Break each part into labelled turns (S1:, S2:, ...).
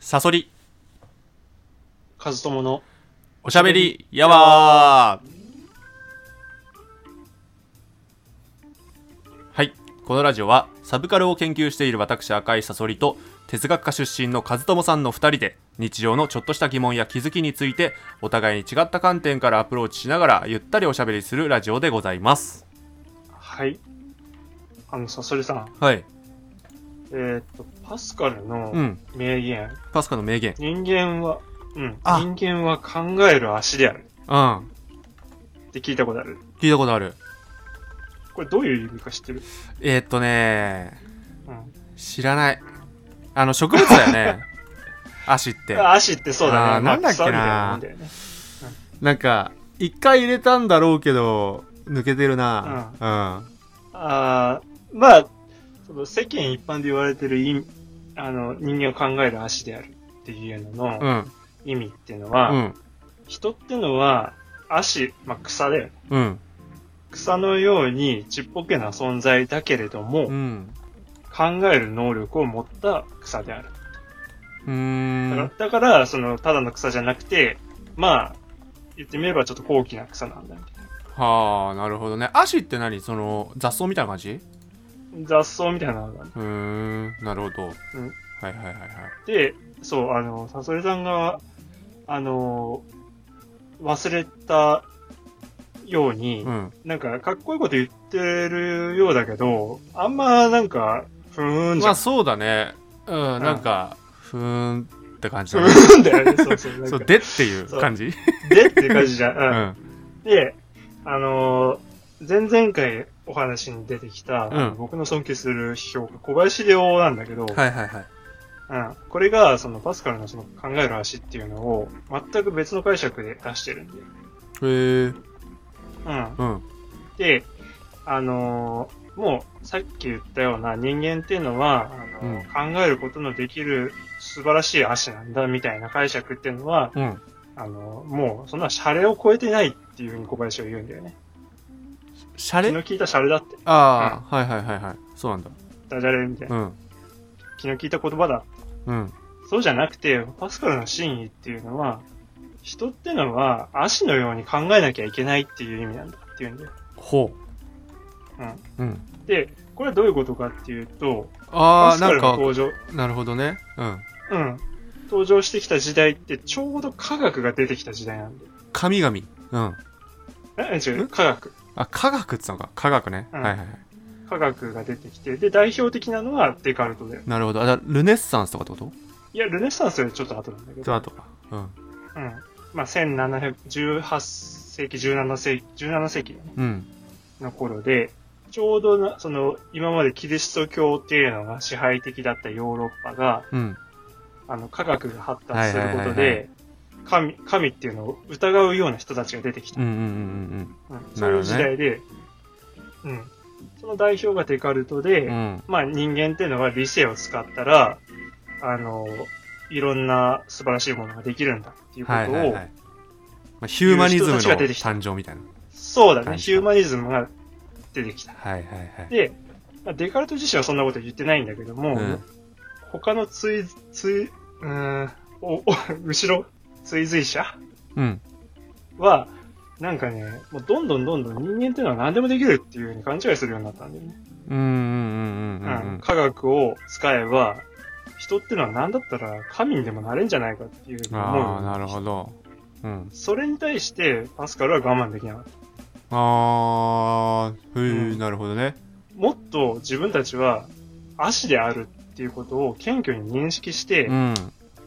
S1: サソリ、
S2: カズトモの
S1: おしゃべり、やわーはい。このラジオは、サブカルを研究している私、赤井サソリと、哲学科出身の和友さんの2人で、日常のちょっとした疑問や気づきについて、お互いに違った観点からアプローチしながら、ゆったりおしゃべりするラジオでございます。
S2: はいあのさそれさん
S1: はい。
S2: えーっとパスカルの
S1: うん。
S2: 名言、
S1: パスカの名言。
S2: 人間はうん
S1: あ
S2: 人間は考える足である
S1: うん。聞
S2: って聞いたことある
S1: いたことある。
S2: これどういう意味か知ってる
S1: えー、っとね
S2: うん
S1: 知らない。あの、植物だよ ね。足って。
S2: あ足ってそうだ
S1: あー
S2: ねまあ
S1: なんだっけな
S2: 草みたいもんだよね
S1: なんか、一回入れたんだろうけど、抜けてるな。
S2: ああまあその世間一般で言われてる意味あの人間を考える足であるっていうの
S1: う
S2: の
S1: ん。
S2: 意味っていうの
S1: う
S2: は、
S1: ん。
S2: 人ってのは足、まあ、草だよね
S1: うん。
S2: 草のようにちっぽけな存在だけれども、
S1: うん。
S2: 考える能力を持った草である。
S1: う
S2: だか
S1: ん
S2: ら、。だからその、ただの草じゃなくて、まあ、言ってみればちょっと高貴な草なんだみたい
S1: はあ、なるほどね。足って何その、雑草みたいな感じ
S2: な。雑草みたいなのがあっ
S1: うーん。なるほど。
S2: うん
S1: はいはいはいはい。
S2: て、そう、あの、サソリさんが、あの、忘れたように、
S1: うん。
S2: なんか、かっこいいこと言ってるようだけど、あんま、なんか、ふーんじ
S1: ま
S2: ゃ
S1: あ
S2: ん。
S1: そうだね。うん。
S2: ん
S1: なんか、ふーんって感じ
S2: ふ
S1: だね。
S2: ーんだよね、そうそう。なんか
S1: そう、でっていう感じ
S2: でっていう感じじゃん。
S1: う
S2: う
S1: ん。
S2: んで、あのー前々回お話に出てきた、
S1: うん
S2: 僕の尊敬する批評家、小林良なんだけど、
S1: はいはいはい。
S2: うん、これが、そのパスカルのその考える足っていうのを、全く別の解釈で出してるんで。
S1: へえ。
S2: うん。
S1: うん。
S2: で、あのーもう、さっき言ったような人間っていうのは、あのー考えることのできる素晴らしい足なんだみたいな解釈っていうのは、
S1: うん。
S2: あのーもう、そんなシャレを超えてないっていうふうに小林は言うんだよね。
S1: シャ
S2: 気
S1: レ
S2: の利いたシャレだって。
S1: ああ、はいはいはいはい。そうなんだ。
S2: ダジャレみたいな。
S1: うん。
S2: 気の利いた言葉だ。
S1: うん。
S2: そうじゃなくて、パスカルの真意っていうのは、人ってのは足のように考えなきゃいけないっていう意味なんだっていうんだよ。
S1: ほ
S2: う
S1: う。うん。
S2: で、これはどういうことかっていうと、
S1: あ
S2: パ
S1: あ、
S2: ス
S1: な
S2: カ
S1: ん
S2: ルの
S1: か、
S2: 登場、
S1: なるほどね。うん。
S2: うん。登場してきた時代ってちょうど科学が出てきた時代なんだよ。
S1: 神々。うん。
S2: え違
S1: ん
S2: う、科学。
S1: あ、科学っつうのか。科学ね。
S2: うん
S1: はいはいはい。
S2: 科学が出てきて、で、代表的なのはデカルトだよ。
S1: なるほど。あ、だルネッサンスとかってこと
S2: いや、ルネサンスよりちょっと後なんだけ
S1: ちょ
S2: ど、
S1: っと後か。うん。
S2: うん。まあ、1718世紀、17世紀、17世紀だね。
S1: うん。
S2: の頃で、ちょうどな、その、今までキリスト教っていうのが支配的だったヨーロッパが、
S1: うん。
S2: あの、科学が発達すること
S1: はいはいはいは
S2: で、神、神っていうのを疑うような人たちが出てきた。
S1: うんうんうん
S2: うんそういう時代で、うん。その代表がデカルトで、
S1: うんうん。うん。
S2: まあ人間っていうのは理性を使ったら、あの、いろんな素晴らしいものができるんだっていうことを、
S1: はいはいはい。まあ、ヒューマニズムの
S2: いう人たちが出てきた
S1: 誕生みたいな。
S2: そうだ
S1: 感
S2: ね、
S1: じた
S2: ヒューマニズムが出てきた。
S1: はいはいはい。
S2: で、まあデカルト自身はそんなこと言ってないんだけども、
S1: うん。
S2: 他の追、追、うーん、お、 お、後ろ、追随者
S1: うん。
S2: は、なんかね、もうどんどんどんどん人間っていうのは何でもできるっていうふうに勘違いするようになったんだよね。
S1: うんうんうんうんう
S2: うん
S1: ん
S2: 科学を使えば、人っていうのは何だったら神にでもなれんじゃないかっていうふう
S1: うん。
S2: に思うよう
S1: ああ、
S2: にな
S1: な
S2: った
S1: るほど。うん。
S2: それに対して、パスカルは我慢できなかった。
S1: ああ、ふ
S2: う
S1: ー、
S2: ん
S1: なるほどね。
S2: もっと自分たちは、足であるっていうことを謙虚に認識して、
S1: うん。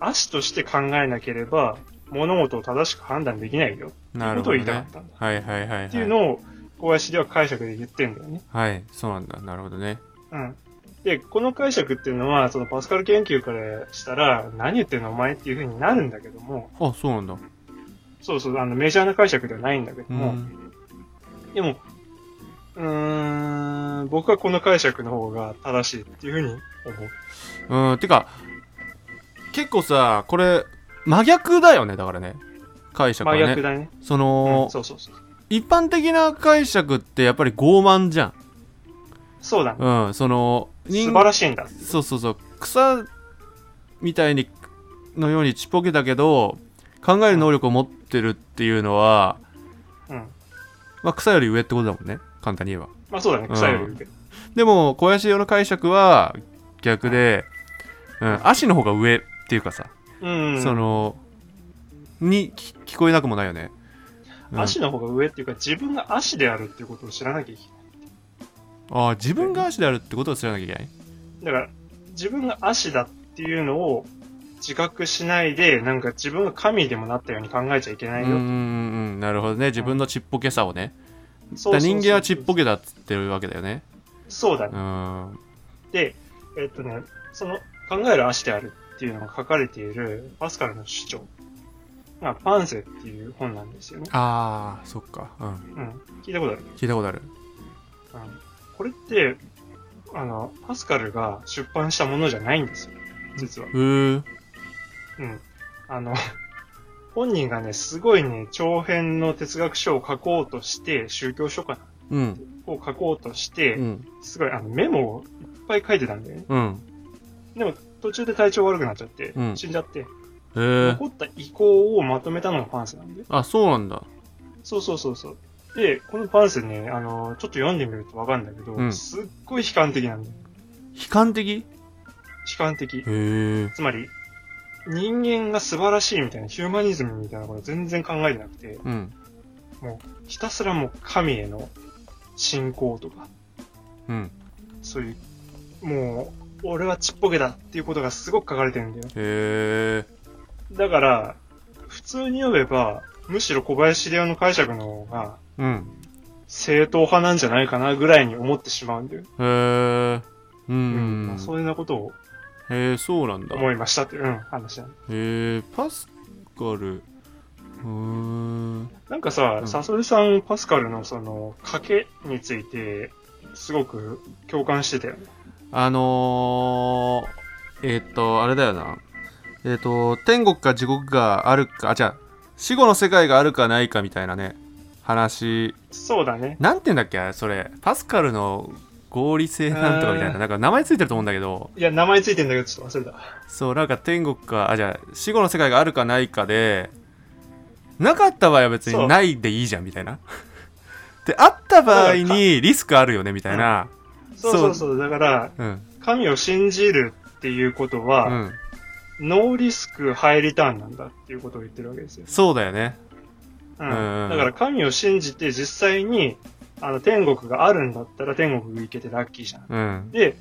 S2: 足として考えなければ、物事を正しく判断できないよ。って
S1: な
S2: こ
S1: る
S2: と
S1: ほ
S2: を
S1: ど
S2: 言いたかっ
S1: ね。
S2: たんだ。
S1: はいはいはいはい。
S2: っていうのを、小林では解釈で言ってんだよね。
S1: はい、そうなんだ。なるほどね。
S2: うん。で、この解釈っていうのは、そのパスカル研究からしたら、何言ってんのお前っていう風になるんだけども、
S1: あ、そうなんだ。
S2: そうそう、あの、メジャーな解釈ではないんだけど
S1: う
S2: も、
S1: ん。
S2: でも、うーん、僕はこの解釈の方が正しいっていう風に思う。
S1: うん、てか、結構さ、これ、真逆だよね、だからね。解釈は
S2: 真逆
S1: ね。
S2: だね。
S1: そ
S2: うん、
S1: の、
S2: そうそうそう。
S1: 一般的な解釈ってやっぱり傲慢じゃ
S2: そうだね。
S1: ん。うん、その、
S2: 素晴らしいんだ。
S1: そうそうそう、草みたいにのようにちっぽけだけど考える能力を持ってるっていうのは、
S2: うん。
S1: まあ、草より上ってことだもんね簡単に言えば
S2: まあそうだね、草より上。
S1: でも小林用の解釈は逆で、うん、足の方が上っていうかさ、
S2: うん。
S1: そのに聞聞こえなくもないよね、うん
S2: 足の方が上っていうか、自分が足であるっていうことを知らなきゃいけない。
S1: ああ自分が足であるってことを知らなきゃいけない
S2: だから、自分が足だっていうのを自覚しないで、なんか自分が神でもなったように考えちゃいけな
S1: うん
S2: い
S1: うん
S2: よ。
S1: うんなるほどね自分のちっぽけさをねだ
S2: そ
S1: か
S2: う
S1: ら人間はちっぽ
S2: け。
S1: けだっつってるわけだよね
S2: そうだ
S1: う
S2: ね。
S1: ん
S2: で、えっとね、その考える足であるっていうのが書かれているパスカルの主張がパンセっていう本なんですよね。
S1: あーそっか、うん、
S2: うん。聞いたことある。
S1: 聞いたことある
S2: うんこれって、あの、パスカルが出版したものじゃないんですよ。実は。
S1: うー
S2: うん。あの、 本人がね、すごいね、長編の哲学書を書こうとして、宗教書か
S1: うん
S2: を書こうとし
S1: う
S2: て、
S1: ん
S2: すごいあのメモをいっぱい書いてたんだよね。
S1: うん
S2: でも途中で体調悪くなっちゃって、
S1: うん
S2: 死んじゃって、
S1: へえ
S2: 残った意向をまとめたのがパンセなんだよ。
S1: あそうなんだ
S2: そうそうそうそう。で、このパンセね、あの、ちょっと読んでみるとわかるんだけど、
S1: うん
S2: すっごい悲観的なんだよ。
S1: 悲観的
S2: 悲観的
S1: へ。え
S2: つまり、人間が素晴らしいみたいな、ヒューマニズムみたいなこと全然考えてなくて、
S1: うん
S2: ひたすらもう神への信仰とか、
S1: うん
S2: そういう、もう、俺はちっぽけだっていうことがすごく書かれてるんだよ。
S1: へえ
S2: だから、普通に読めば、むしろ小林秀夫の解釈の方が、
S1: うん
S2: 正当派なんじゃないかなぐらいに思ってしまうんだよ。
S1: へえう、
S2: うんまあそんなことを
S1: へえそうなんだ
S2: 思いましたっていう、うん、話なんだ。
S1: へえパスカルうーん
S2: なんかさ
S1: う、ん
S2: サソリさん、パスカルのその、賭けについて、すごく共感してたよね。
S1: あのー、えーっと、あれだよな。えーっと、天国か地獄があるか、あ、じゃあ、死後の世界があるかないかみたいなね、話。
S2: そうだね。
S1: なんて言うんだっけ、あれそれ。パスカルの合理性なんとかみたい
S2: あー
S1: な、なんか名前ついてると思うんだけど、
S2: いや、名前ついてんだけど、ちょっと忘れた。
S1: そう、なんか天国か、あ、じゃあ、死後の世界があるかないかで、なかった場合は別
S2: そう
S1: にないでいいじゃんみたいな。 で、あった場合にリスクあるよねみたいな。
S2: そうそうそう、だから、
S1: うん。
S2: 神を信じるっていうこと
S1: う
S2: は、
S1: ん。
S2: ノーリスク、ハイリターンなんだっていうことを言ってるわけですよ。
S1: そうだよね。
S2: うん。
S1: うん
S2: だから神を信じて実際に、あの、天国があるんだったら天国行けてラッキーじゃん。
S1: うん。
S2: で、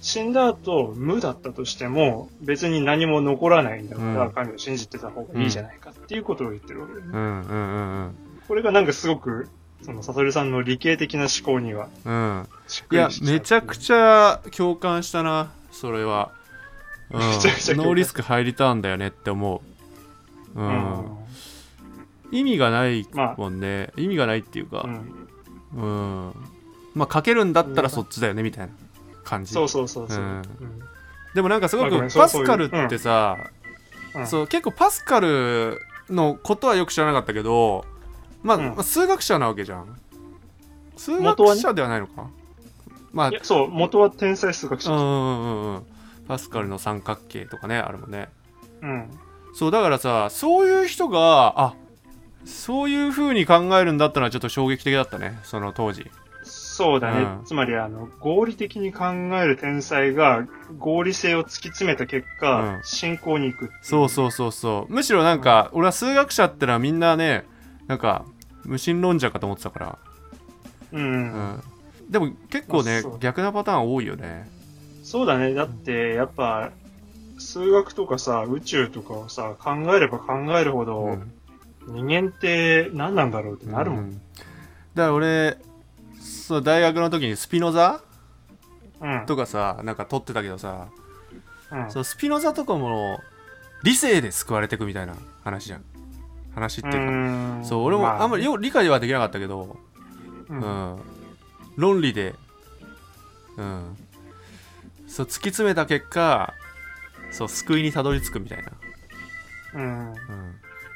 S2: 死んだ後、無だったとしても、別に何も残らないんだから、
S1: うん
S2: 神を信じてた方がいいじゃないかっていうことを言ってるわけだよね。
S1: うんうんうん
S2: これがなんかすごく、その、サソリさんの理系的な思考には、
S1: うんうん
S2: しっ
S1: い
S2: く
S1: や
S2: り
S1: めちゃく
S2: ゃ。
S1: ちゃ共感したなそれは、うん、ノ
S2: めちゃくちゃ共感
S1: ーリスク入りたんだよねって思う、う
S2: うんん。
S1: 意味がない
S2: ま
S1: もんね意味がないっていう
S2: あ、う
S1: か、
S2: ん。
S1: うんまあかけるんだったらそっちだよねみたいな感じ
S2: そうそうそうそう。
S1: うん
S2: うん
S1: でもなんかすご
S2: まあ
S1: く
S2: ごめんそう
S1: パスカルってさ、
S2: うん
S1: そう結構パスカルのことはよく知らなかったけど、まあ
S2: うん
S1: まあ数学者なわけじゃん数
S2: 元は
S1: 学
S2: ね
S1: 者ではないのか、まあ
S2: いや、そう、元は天才数学
S1: うんうん
S2: 者。
S1: うんうんパスカルの三角形とかねあるもんね
S2: うん。
S1: そうだからさそういう人があそういう風に考えるんだったのはちょっと衝撃的だったねその当時
S2: そうだね。
S1: うん
S2: つまり、あの、合理的に考える天才が、合理性を突き詰めた結果、
S1: うん
S2: 信仰に行く。
S1: そうそうそうそうむしろなんか、俺は数学者ってのはみんなねなんか無神論者かと思ってたから、
S2: う。
S1: うんん、でも結構
S2: あ
S1: ね
S2: そう
S1: 逆なパターン多いよね
S2: そうだね。だって、やっぱ、数学とかさ、宇宙とかをさ、考えれば考えるほど、
S1: うん
S2: 人間って何なんだろうってなるも。
S1: うんだから俺そう大学の時にスピノザ
S2: うん。うん。
S1: とかさなんか取ってたけどさそうスピノザとかも理性で救われていくみたいな話じゃん話っていうか、
S2: ん
S1: そう俺もあんまり
S2: よ、
S1: よく理解はできなかったけど、
S2: うん
S1: うん論理で、うん、そう突き詰めた結果そう救いにたどり着くみたいな、
S2: う
S1: う
S2: ん。
S1: ん、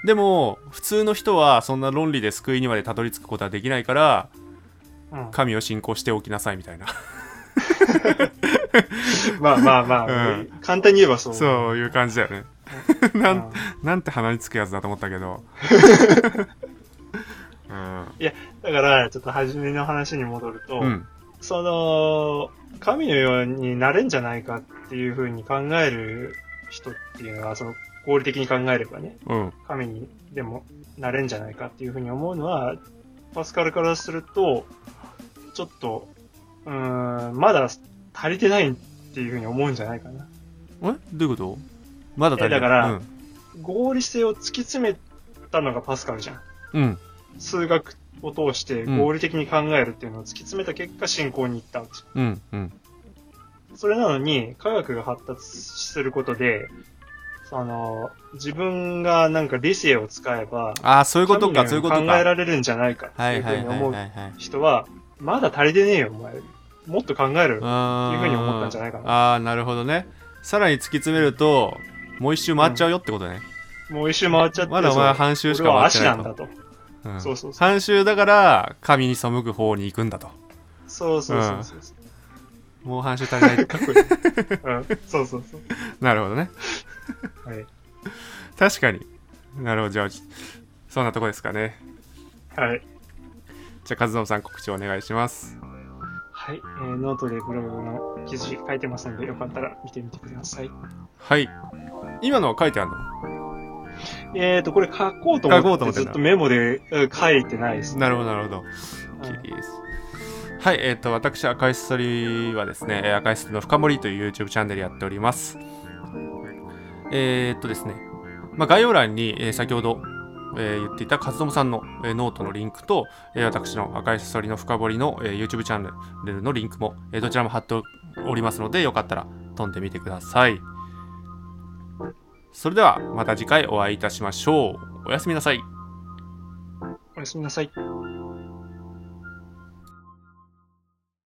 S1: でも普通の人はそんな論理で救いにまでたどり着くことはできないから
S2: うん
S1: 神を信仰しておきなさいみたいな
S2: まあまあまあ、
S1: うん
S2: 簡単に言えばそう。
S1: そういう感じだよね。
S2: うん
S1: なんなんて鼻につくやつだと思ったけど。 うん。
S2: だから、ちょっと初めの話に戻ると、
S1: うん。
S2: その、神のようになれんじゃないかっていうふうに考える人っていうのは、その、合理的に考えればね、
S1: うん。
S2: 神にでもなれんじゃないかっていうふうに思うのは、パスカルからすると、ちょっと、うーん、まだ足りてないっていうふうに思うんじゃないかな。
S1: えどういうことまだ足りない
S2: やだから
S1: うん。
S2: 合理性を突き詰めたのがパスカルじゃん。
S1: うん。
S2: 数学を通して合理的に考えるっていうのを突き詰めた結果、信仰に行ったわけじゃん
S1: うん。うん。
S2: それなのに、科学が発達することで、その、自分がなんか理性を使えば、
S1: ああ、そういうことか、
S2: 神
S1: そういう
S2: の
S1: こと
S2: よに考え
S1: か。
S2: られるんじゃないかって
S1: はいいう
S2: ふ
S1: は
S2: う
S1: い
S2: に
S1: はい
S2: 思う
S1: はいはい。
S2: 人は、まだ足りてねえよ、お前。もっと考えろよ。
S1: あ
S2: っていうふうに思ったんじゃないか
S1: なあーなるほどねさらに突き詰めるともう一周回っちゃうよってことね、
S2: もう一周回っちゃって、
S1: まだお前半
S2: そ
S1: 周
S2: う
S1: し
S2: 俺
S1: か
S2: は
S1: 回って
S2: 足
S1: な
S2: ないんだ
S1: と、
S2: と。
S1: うん
S2: そうそうそう
S1: 半周だから神に背く方に行くんだと
S2: そうそうそうそうそう。
S1: もう半周足り ない
S2: かっこいい。うん、そうそうそう。
S1: なるほどね
S2: はい。
S1: 確かになるほどじゃあそんなとこですかね
S2: はい。
S1: じゃあ和信さん告知お願いします
S2: はい。えー、ノートでブログの記事書いてますので、よかったら見てみてください。
S1: はい今のは書いてあるの
S2: えーと、これ書こうと
S1: 書こうと思
S2: 思っ
S1: ってて
S2: ず
S1: ん
S2: っ
S1: だ
S2: とメモでうん書いてないですね。
S1: なるほどなるほど
S2: うん
S1: キリです。はい、えっ、と、私、赤いストリはですね、えー赤いストリの深掘りという YouTube チャンネルやっております。えーっとですね、まあ、概要欄に、えー先ほど、えー言っていた和友さんの、えーノートのリンクと、えー私の赤いストリの深掘りの、えー YouTube チャンネルのリンクも、えーどちらも貼っておりますので、よかったら飛んでみてください。それでは、また次回お会いいたしましょう。おやすみなさい。
S2: おやすみなさい。